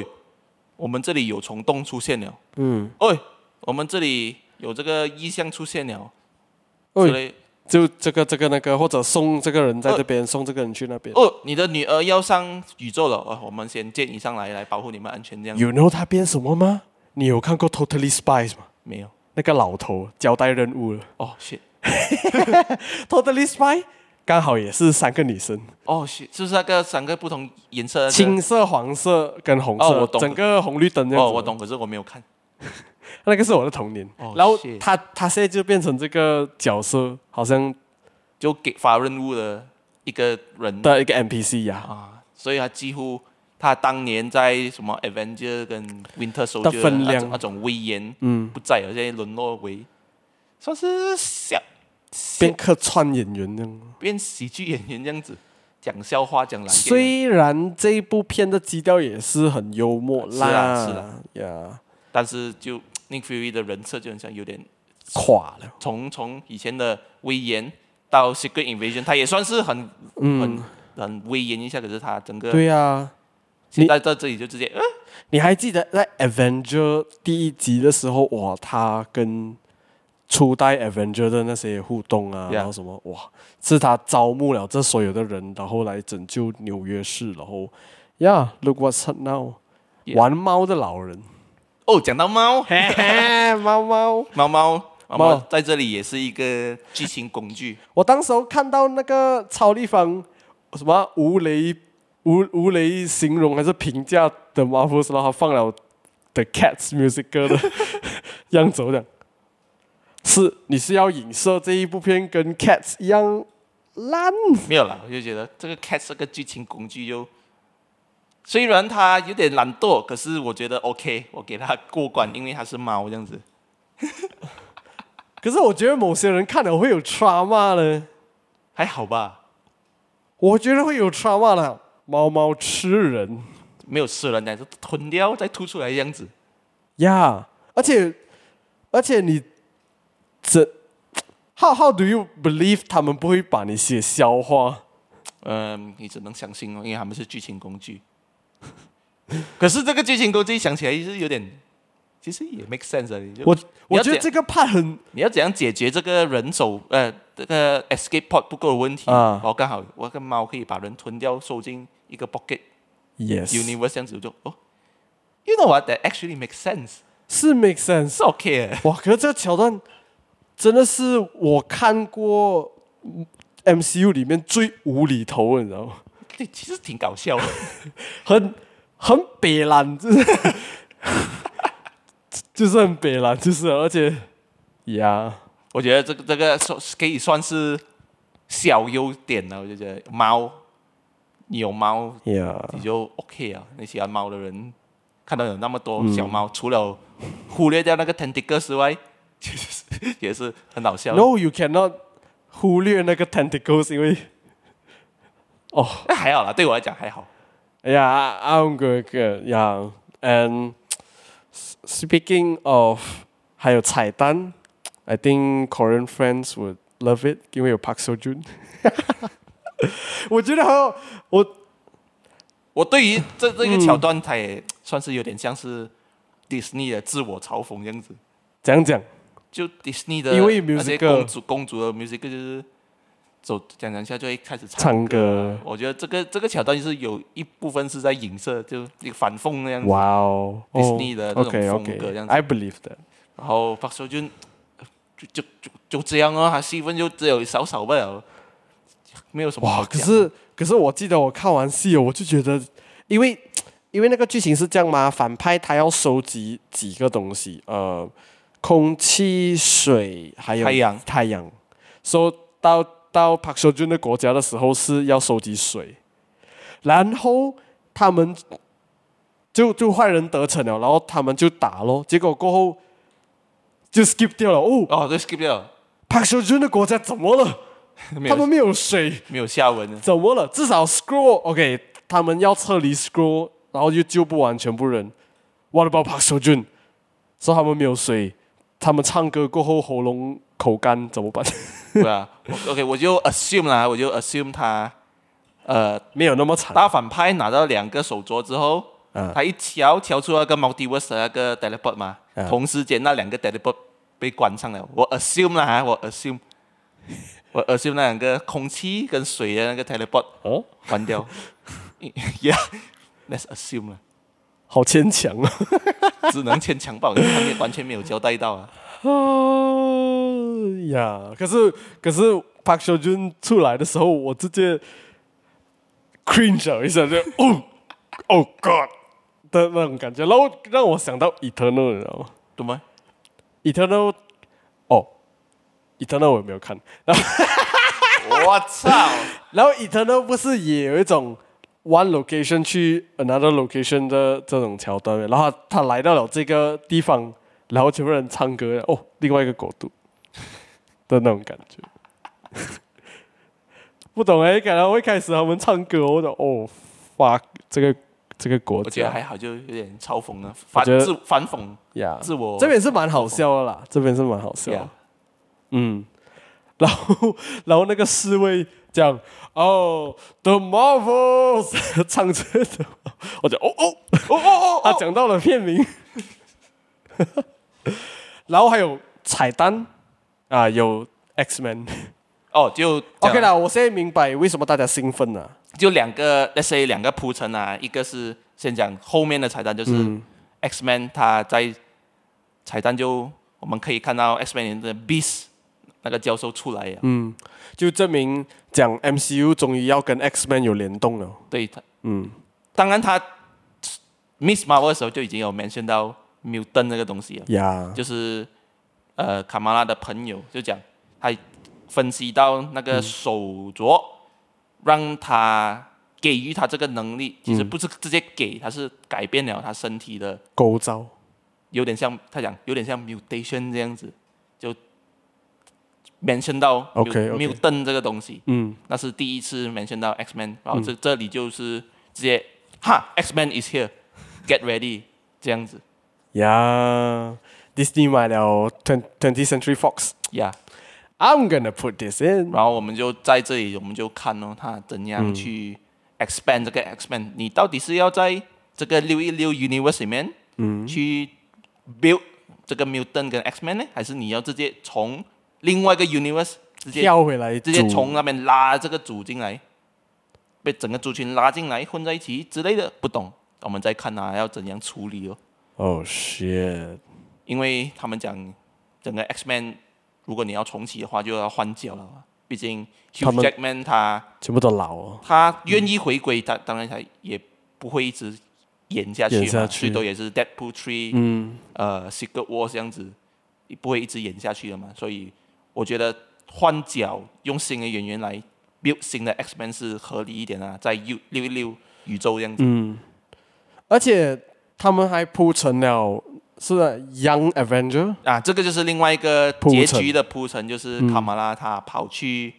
S4: 我们这里有虫洞出现了，
S3: 嗯，
S4: 哎，我们这里有这个异象出现了，之
S3: 哦，
S4: 类。
S3: 就这个这个那个，或者送这个人在这边，送这个人去那边。
S4: 呃哦，你的女儿要上宇宙了，哦，我们先建议上来，来保护你们安全这样。
S3: You know 他变什么吗？你有看过 Totally Spies 吗？
S4: 没有？
S3: 那个老头交代任务了。
S4: 哦，shit，
S3: Totally Spy 刚好也是三个女生，
S4: 哦，shit，是不是那个三个不同颜色的那个？
S3: 青色、黄色跟红色，
S4: 哦我懂
S3: 整个红绿灯这样子。
S4: 哦，我，懂，可是我没有看。
S3: 那个是我的童年。
S4: 哦
S3: 然后
S4: 是
S3: 他他现在就变成这个角色，好像
S4: 就给发任务的一个人
S3: 的一个 NPC 呀、
S4: 啊，所以他几乎他当年在什么 Avenger 跟 Winter
S3: 的
S4: Soldier
S3: 分
S4: 那
S3: 量
S4: 种那种威严
S3: 嗯，
S4: 不在了，现在沦落为算是小小
S3: 变客串演员这样。
S4: 变喜剧演员这样子，讲笑话讲蓝给人，
S3: 虽然这一部片的基调也是很幽默
S4: 是
S3: 啦，
S4: 啊
S3: 呀，
S4: 但是就 Nick Fury 的人设就很像有点
S3: 垮了。
S4: 从从以前的威严到 Secret Invasion，他也算是很、
S3: 嗯，
S4: 很很威严一下，可是他整个
S3: 对呀、啊。
S4: 现在到这里就直接呃
S3: 你还记得在 Avenger 第一集的时候，哇，他跟初代 Avenger 的那些互动啊
S4: Yeah
S3: 然后什么，哇，是他招募了这所有的人，然后来拯救纽约市，然后，Yeah，look what's up now，、
S4: Yeah
S3: 玩猫的老人，
S4: 哦，讲到猫，
S3: 嘿嘿，猫猫。
S4: 猫猫
S3: 猫
S4: 猫猫在这里也是一个剧情工具，
S3: 我当时候看到那个超立方什么吴雷吴吴雷形容还是评价的 Marvel，然后他放了 The Cats Music 歌的 样子，我讲是你是要影射这一部片跟 Cats 一样烂，
S4: 没有啦，我就觉得这个 cat 这个剧情工具就。虽然它有点懒惰，可是我觉得 OK，我给它过关，因为它是猫这样子。
S3: 可是我觉得某些人看了会有 trauma 呢，
S4: 还好吧，
S3: 我觉得会有 trauma 了。猫猫吃人
S4: 没有吃人，但是吞掉再吐出来这样子。
S3: 呀而且而且你这 how how do you believe 他们不会把你写消化？
S4: 嗯，你只能相信哦，因为他们是剧情工具。 可是这个剧情工具想起来是有点，其实也 make sense 啊。你就
S3: 我
S4: 你
S3: 我
S4: 要
S3: 觉得
S4: 讲
S3: 这个怕很
S4: 你要怎样解决这个人手呃这个 escape pod 不够的问题？
S3: 啊
S4: 然后刚好我跟猫可以把人吞掉，收进一个 pocket
S3: yes
S4: universe 这样子我就哦，you know what that actually makes sense，
S3: 是 make sense
S4: 是 OK 的。
S3: 哇！可是这个桥段真的是我看过 MCU 里面最无厘头的，你知道吗？
S4: 对，其实挺搞笑的。
S3: 很很北蓝， 就是就是很北蓝，就是而且呀
S4: 我觉得这个这个算可以算是小优点啊了。我就觉得猫，你有猫
S3: 呀
S4: 你就 OK 啊。你喜欢猫的人，看到有那么多小猫，除了忽略掉那个 tentacles 之外，其实是也是很好笑的。
S3: ，No you cannot 忽略那个 tentacles，因为哦，
S4: 那哎还好啦，对我来讲还好。
S3: Yeah, I- I'm good. Good. Yeah. And s- speaking of，还有彩蛋，I think Korean friends would love it，因为有 Park Seo Joon。我觉得很好，我
S4: 我对于这这个桥段，它也算是有点像是 Disney 的自我嘲讽样子。
S3: 讲讲，
S4: 就 Disney 的
S3: 因为
S4: 那些
S3: musical
S4: 公主公主的 music 就是走讲讲一下就会开始唱。
S3: 唱歌，
S4: 我觉得这个这个桥段就是有一部分是在影射，就一个反讽那样子。
S3: 哇哦
S4: Disney 的那种
S3: OK
S4: 风格这
S3: OK
S4: 样子
S3: Oh, I believe that。
S4: 然后白秀俊就就就就这样哦，他戏份就只有少少罢了，没有什么
S3: 哇，
S4: 好
S3: 可
S4: 讲。
S3: 是可是我记得我看完戏哦，我就觉得，因为因为那个剧情是这样嘛，反派他要收集几个东西，呃，空气、水还有
S4: 太阳
S3: 太阳。so 到到帕修军的国家的时候是要收集水，然后他们就就坏人得逞了，然后他们就打咯，结果过后就 skip 掉了。哦，
S4: 哦，对，skip 掉了，
S3: 帕修军的国家怎么了？
S4: 没
S3: 他们
S4: 有
S3: 没有水。
S4: 没有下文了。
S3: 怎么了？至少 Scroll OK，他们要撤离 Scroll，然后又救不完全部人。What about Park Seo Joon？说他们没有水，他们唱歌过后喉咙口干怎么办？
S4: 对啊我，OK，我就 assume 啦，我就 assume 他，呃，
S3: 没有那么惨。
S4: 大反派拿到两个手镯之后，
S3: 嗯
S4: 他一敲敲出那个 multiverse 的那个 teleport 嘛，
S3: 嗯
S4: 同时间那两个 teleport 被关上了。我 assume 啦哈，我 assume，我 assume 那两个空气跟水的那个 teleport
S3: 哦，
S4: 关掉。Yeah，let's assume 啦，
S3: 好牵强啊！
S4: 只能牵强吧，因为他们也完全没有交代到啊。
S3: 哎呀，可是可是 Park Seo Joon 出来的时候，我直接 cringe 了一下，就哦 oh God 的那种感觉，然后让我想到 Eternal，你知道吗？
S4: 懂吗？
S3: Eternal，哦，Eternal 我也没有看。然后
S4: 我操！
S3: 然后 Eternal 不是也有一种 one location 去 another location 的这种桥段吗？然后他他来到了这个地方，然后全部人唱歌，哦，另外一个国度 的那种感觉。 不懂哎、感觉我一开始他们唱歌，我就哦，fuck 这个这个国
S4: 我觉得
S3: 家
S4: 还好，就有点嘲讽了，反
S3: 觉得
S4: 自反讽
S3: 呀
S4: 自我
S3: 这边是蛮好笑的啦，这边是蛮好笑的。
S4: Yeah
S3: 嗯，然后然后那个侍卫讲哦，The Marvels 唱着的，我讲哦哦哦哦哦，他讲到了片名， 然后还有彩蛋啊，有 X Men。
S4: 哦，就这样
S3: OK 啦，我现在明白为什么大家兴奋啊了、
S4: 就两个，let's say 两个铺陈啊，一个是先讲后面的彩蛋，就是 X Man 他在彩蛋就我们可以看到 X Man 的 Beast 那个教授出来呀、嗯，
S3: 就证明讲 MCU 终于要跟 X Men 有联动了。
S4: 对他，嗯，当然他 Miss Marvel 的时候就已经有 mention 到 Mutant 这个东西啊了，
S3: 呀、
S4: 就是呃卡马拉的朋友就讲他分析到那
S3: 嗯
S4: 个手镯、让他给予他这个能力，其实
S3: 嗯
S4: 不是直接给，他是改变了他身体的。
S3: 狗招
S4: 有点像他讲，有点像 mutation 这样子，就 mention 到
S3: OK，OK
S4: mu- mutant 这个东西，
S3: 嗯，
S4: 那是第一次 mention 到 X Man，然后这、这里就是直接哈 X Man is here，get ready 这样子
S3: 呀、d i s n e y 买了 Twenty Twenty Century Fox。
S4: 呀
S3: I'm gonna put this in。
S4: 然后我们就在这里，我们就看哦，他怎样去 expand 这个 X Man，你到底是要在这个六一六 universe 里面，嗯，去 build 这个 mutant 跟 X Man 呢，还是你要直接从另外一个 universe 直接
S3: 跳回来，
S4: 直接从那边拉这个组进来，被整个族群拉进来混在一起之类的，不懂，我们再看他要怎样处理哦。
S3: 哦、shit，
S4: 因为他们讲整个 X Man，如果你要重启的话，就要换角了嘛。毕竟
S3: 他
S4: Hugh
S3: 们
S4: Jackman 他
S3: 全部都老哦。
S4: 他愿意回归，他当然他也不会一直演下去嘛，
S3: 演下去
S4: 最多也是 Deadpool Three，嗯，呃，Secret War 这样子，也不会一直演下去的嘛。所以我觉得换角用新的演员来 build 新的 X Men 是合理一点啊，在六六一六宇宙这样子，
S3: 嗯而且他们还铺成了是啊 Young Avenger，
S4: 啊，这个就是另外一个
S3: 铺
S4: 结
S3: 陈
S4: 局的铺陈，就是卡马拉他跑去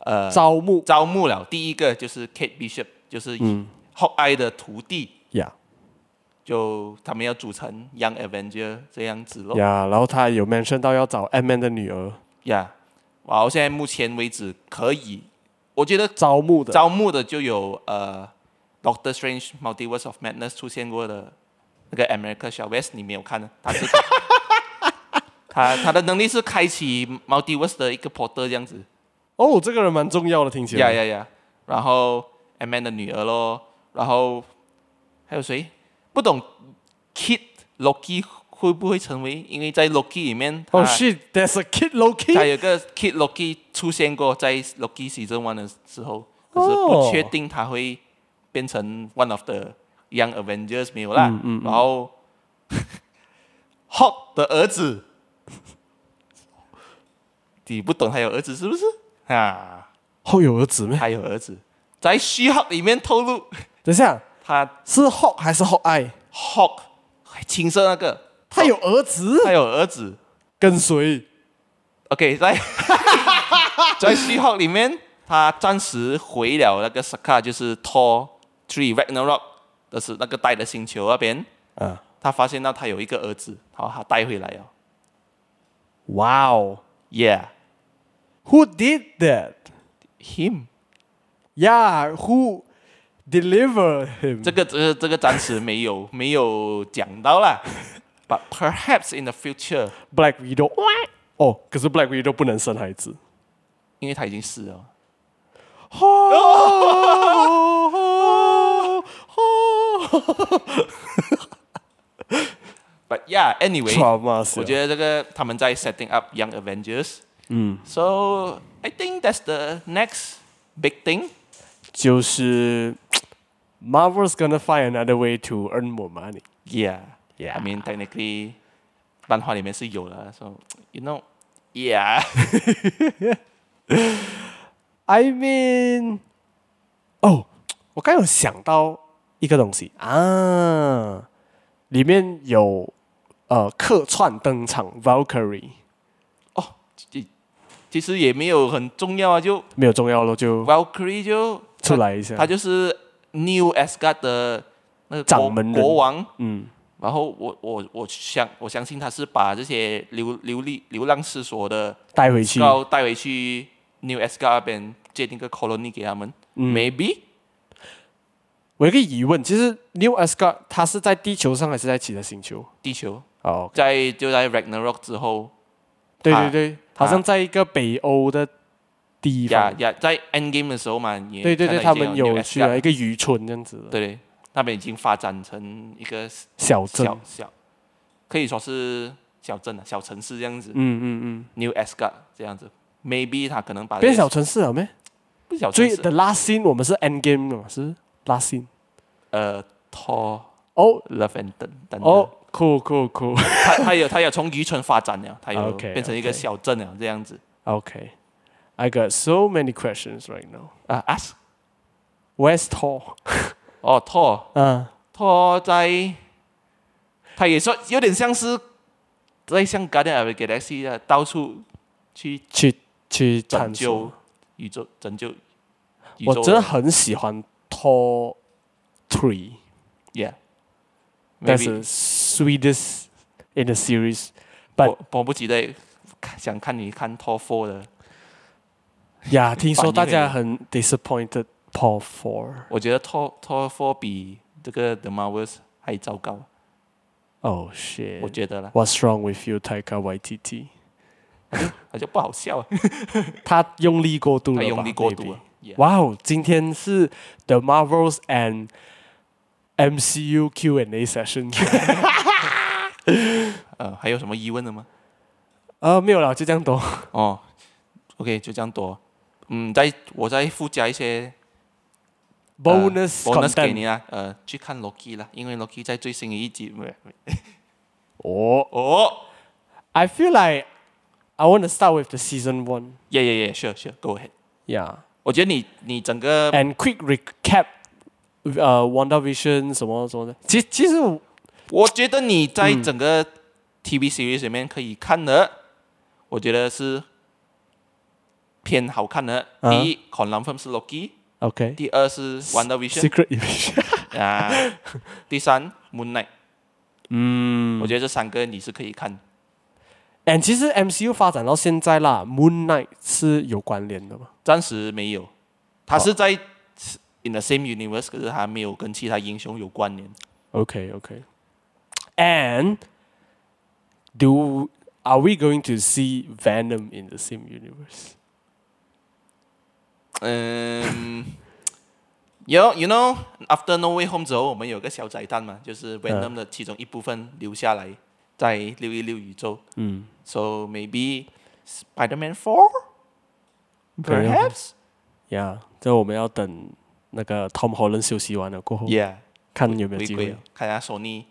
S4: 呃
S3: 招募
S4: 招募了第一个就是 Kate Bishop，就是
S3: 嗯
S4: 后 o 的徒弟，
S3: 呀
S4: 就他们要组成 Young Avenger 这样子咯。
S3: 呀，然后他有 mention 到要找 M Man 的女儿
S4: 呀，哇！现在目前为止可以，我觉得
S3: 招募的，
S4: 招募的就有呃，Doctor Strange Multiverse of Madness 出现过的那个 America 小 West，你没有看呢？他 是他他的能力是开启 Multiverse 的一个 portal 这样子，
S3: 哦，这个人蛮重要的，听起
S4: 呀
S3: 来
S4: 呀呀！然后 M Man 的女儿咯，然后还有谁？不懂 Kid Loki 会不会成为？因为在 Loki 里面，他
S3: 哦、shit，there's a kid Loki，
S4: 他有个 Kid Loki 出现过，在 Loki Season One 的时候，可是不确定他会变成 One of the Young Avengers 没有啦。然后 Hulk 的儿子，你不懂他有儿子是不是？啊，
S3: 后有儿子咩？
S4: 他有儿子，在 She Hulk 里面透露
S3: 等一下，
S4: 他
S3: 是 Hawk 还是 Hawk Eye？
S4: Hulk 青色那个，
S3: 他有儿子
S4: 他有儿子。
S3: 跟随
S4: OK，在在《西号》里面，他暂时回了那个 Saka，就是 Tor Three Ragnarok，就是那个带的星球那边。
S3: 啊，
S4: 他发现到他有一个儿子，然后他带回来哦了。
S3: 哇哦
S4: Yeah,
S3: ，Who did that？
S4: him。
S3: Yeah, who delivered him？
S4: 这个这个这个暂时没有 没有讲到啦。But perhaps in the future，
S3: Black Widow，哦，可是 Black Widow 不能生孩子。
S4: 因为他已经死了。But yeah, anyway，
S3: Trauma
S4: 我觉得这个他们在 setting up Young Avengers。嗯，So I think that's the next big thing。
S3: 就是 Marvel's gonna find another way to earn more money。
S4: Yeah,
S3: Yeah.
S4: I mean technically，漫画里面是有了，So you know, yeah 。
S3: I mean，哦，我刚有想到一个东西啊，里面有呃客串登场 Valkyrie，
S4: 哦，其其实也没有很重要啊，就
S3: 没有重要咯，就
S4: Valkyrie 就
S3: 嗯出来一下
S4: 他，就是 New Asgard 的那个国
S3: 掌门人
S4: 国王。
S3: 嗯，
S4: 然后我我我相我相信他是把这些流流离流浪世所的
S3: 带回去。
S4: 然后带回去 New Asgard 那边建一个 colony 给他们、
S3: 嗯
S4: m a y b e
S3: 我有一个疑问，其实 New Asgard 它是在地球上还是在其他星球？
S4: 地球
S3: 哦，
S4: 在就在 Ragnarok 之后，
S3: 对
S4: 它
S3: 对对，好像在一个北欧的地
S4: 呀
S3: 方。
S4: 呀，在 Endgame 的时候嘛，也
S3: 对对对，他
S4: 看到以前
S3: 们
S4: 有 New
S3: 有去啊了
S4: Asgard，
S3: 一个渔村这样子的
S4: 对对，那边已经发展成一个
S3: 小镇。
S4: 小嗯小，可以说是小镇了，小城市这样子、
S3: 嗯嗯
S4: n e w Asgard 这样子，maybe 他可能把
S3: 嗯，变
S4: 这些
S3: 小城市了没？
S4: 不是小
S3: 所
S4: 城
S3: 以
S4: 市
S3: the last scene 我们是 end game 的嘛，是不是 last scene。
S4: 呃 Thor
S3: 哦
S4: Love and 等等
S3: 哦，酷酷酷
S4: 他他有他有从渔村发展了，他有
S3: OK，
S4: 变成一个
S3: OK
S4: 小镇了这样子
S3: ，OK，I got so many questions right now.
S4: 啊，Ask
S3: Where's Thor？
S4: 哦 Thor。
S3: 嗯，
S4: 拖在，他也说有点像是在像 Guardian of the Galaxy 啊，到处去
S3: 去去
S4: 拯
S3: 探
S4: 救
S3: 索。
S4: 宇宙，拯救宇宙。
S3: 我真的很喜欢 Thor Three。
S4: ，Yeah，
S3: 但是
S4: Maybe
S3: sweetest in the series。
S4: 我迫不及待看想看你看 Tor Four 的，
S3: 呀，听说
S4: 反应
S3: 大家
S4: 而已
S3: 很 disappointed Paul Four。
S4: 我觉得 Tor Tor Four 比这个 The Marvels 还糟糕，
S3: Oh
S4: 我
S3: shit！
S4: 觉得啦，
S3: What's wrong with you, Taika Waititi？
S4: 好像不好笑啊，
S3: 他用力过度了
S4: 他
S3: 吧？
S4: 用力过度了。啊
S3: maybe。
S4: Yeah，
S3: 哇哦，今天是 The Marvels and MCU Q&A session。
S4: 呃，还有什么疑问的吗？
S3: 呃，没有了，就这样多。
S4: 哦，OK，就这样多。嗯，再我再附加一些
S3: Bonus
S4: 呃 Uh, bonus 给
S3: content。
S4: 你啦，呃，去看 Loki 啦，因为 Loki 在最新的一集，不是
S3: 哦
S4: 哦
S3: ，I feel like I want to start with the season one。
S4: ，yeah yeah yeah，sure sure，go ahead。
S3: Yeah。
S4: 我觉得你你整个
S3: and quick recap，呃，WandaVision 什么什么的。其其实我
S4: 我觉得你在整
S3: 嗯
S4: 个 TV series 里面可以看的，我觉得是偏好看的，
S3: 啊
S4: 第一 confirm 是 Loki，
S3: OK，
S4: 第二是 Wonder Vision
S3: Secret Invasion
S4: 啊，第三 Moon Knight。
S3: 嗯
S4: 我觉得这三个你是可以看。
S3: ，and 其实 MCU 发展到现在啦，Moon Knight 是有关联的嘛？
S4: 暂时没有，他是在 in the same universe，可是他没有跟其他英雄有关联。
S3: Okay, okay. And do are we going to see Venom in the same universe?
S4: 嗯，You you know after No Way Home 之后，我们有个小彩蛋嘛，就是
S3: 嗯
S4: Venom 的其中一部分留下来在六一六宇宙。
S3: 嗯
S4: ，So maybe Spider-Man Four perhaps
S3: ，Yeah，这我们要等那个 Tom Holland 休息完了过后
S4: yeah
S3: 看 Oh，有没有
S4: 回
S3: 机
S4: 归
S3: 会
S4: 了。，看下索尼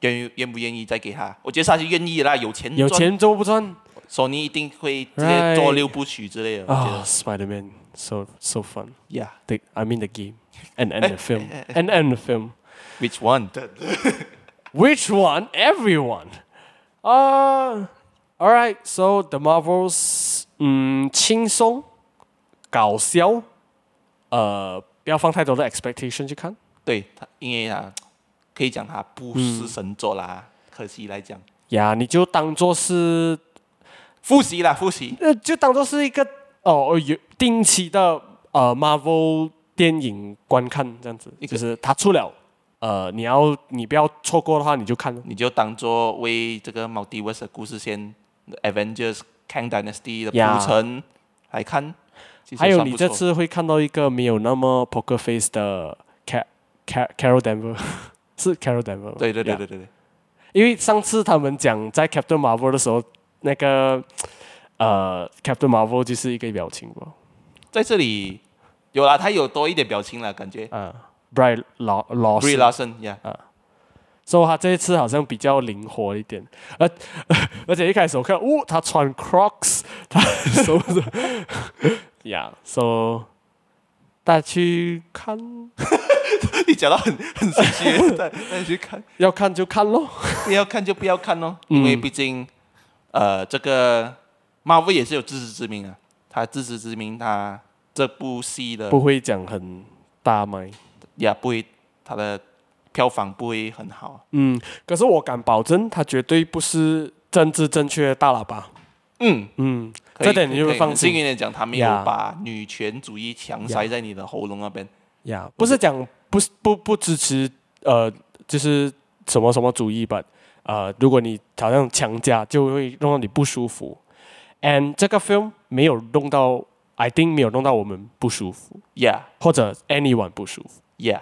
S4: 愿意愿不愿意再给他。我觉得他是愿意啦，有钱
S3: 有
S4: 赚
S3: 钱怎么不赚
S4: 索尼一定会直接做
S3: Right
S4: 六部曲之类的。我觉
S3: 啊
S4: 得
S3: ？Spider-Man so so fun.
S4: Yeah,
S3: The I mean the game and and the film and and the film.
S4: which one?
S3: Which one? Everyone. Uh, all right. So the Marvels, 嗯，轻松，搞笑，呃，不要放太多的 expectation 去看。
S4: 对他，因为啊，可以讲他不是
S3: 嗯
S4: 神作啦，可惜来讲，
S3: 呀、你就当做是，
S4: 复习啦，复习。
S3: 呃，就当做是一个哦，有定期的呃 Marvel 电影观看这样子，
S4: 一个
S3: 就是它出了，呃，你要你不要错过的话，你就看咯。
S4: 你就当做为这个 multiverse 的故事线《Avengers Kang Dynasty》的
S3: 呀
S4: 铺陈来看。其实
S3: 还有
S4: 算
S3: 你
S4: 不
S3: 这
S4: 错
S3: 次会看到一个没有那么 poker face 的 Car Car Carol Denver，是 Carol Denver 吗
S4: 对对对
S3: Yeah
S4: 对对对，
S3: 因为上次他们讲在 Captain Marvel 的时候，那个呃 Captain Marvel 就是一个表情包，
S4: 在这里有啦，他有多一点表情了，感觉。
S3: 啊、b r i a n 老老
S4: Brie
S3: 师，
S4: Larson 呀，
S3: 所以他这一次好像比较灵活一点，而 而且一开始我看，哦，他穿 Crocs，他 什么的，Yeah，so 大家去看，
S4: 你讲到很很熟悉，再再 去看，
S3: 要看就看咯。
S4: 不要看就不要看咯，
S3: 嗯
S4: 因为毕竟呃，这个 Marvel 也是有自知之明啊，他自知之明，他这部戏的
S3: 不会讲很大卖。
S4: 也不会，它的票房不会很好。
S3: 嗯，可是我敢保证，它绝对不是政治正确的大喇叭。
S4: 嗯，
S3: 嗯，
S4: 可以
S3: 这点你就
S4: 可
S3: 会
S4: 以
S3: 放
S4: 很幸
S3: 心
S4: 运的讲，他没有
S3: Yeah
S4: 把女权主义强塞在你的喉咙那边。
S3: 呀。不是讲不是不不支持呃，就是什么什么主义吧？呃，如果你好像强加，就会弄到你不舒服。And 这个 film 没有弄到，I think 没有弄到我们不舒服，
S4: Yeah,
S3: 或者 anyone 不舒服，
S4: yeah,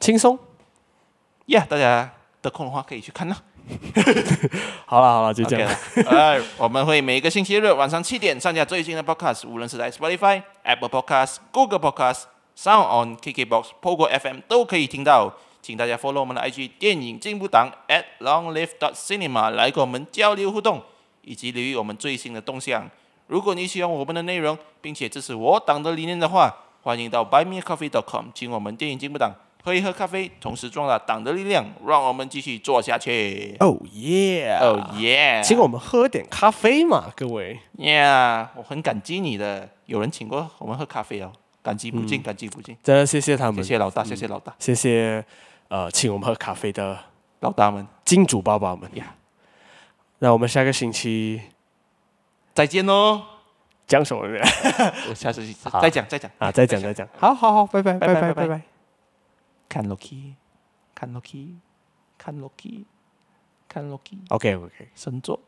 S3: 轻松。
S4: yeah，大家得空的话可以去看啦。
S3: 好了好了，就这
S4: OK
S3: 样。
S4: 了，呃，我们会每个星期日晚上七点上架最新的 Podcast，无论是在 Spotify、Apple Podcast、Google Podcast、Sound On、KKBox、Pogo FM 都可以听到。请大家 follow 我们的 IG 电影进步党 at longlive dot cinema 来跟我们交流互动，以及留意我们最新的动向。如果你喜欢我们的内容，并且支持我党的理念的话，欢迎到 buymeacoffee.com 请我们电影进步党喝一喝咖啡，同时壮大党的力量，让我们继续做下去。
S3: Oh yeah，
S4: 哦耶！
S3: 请我们喝点咖啡嘛，各位。
S4: Yeah，我很感激你的，有人请过我们喝咖啡哦，感激不尽，感激不尽，
S3: 真的谢谢他
S4: 谢
S3: 们，
S4: 谢老大，谢谢老大，
S3: 谢谢呃请我们喝咖啡的
S4: 老大们，
S3: 金主爸爸们
S4: 呀
S3: 呀。那我们下个星期
S4: 再见喽！
S3: 讲什么呢？
S4: 我下次去
S3: 好
S4: 再讲，再讲，
S3: 啊，再讲再讲。好好好，拜拜
S4: 拜拜拜拜
S3: 拜拜。
S4: 看 Loki，看 Loki，看 Loki，看 Loki，
S3: OK OK。
S4: 神作。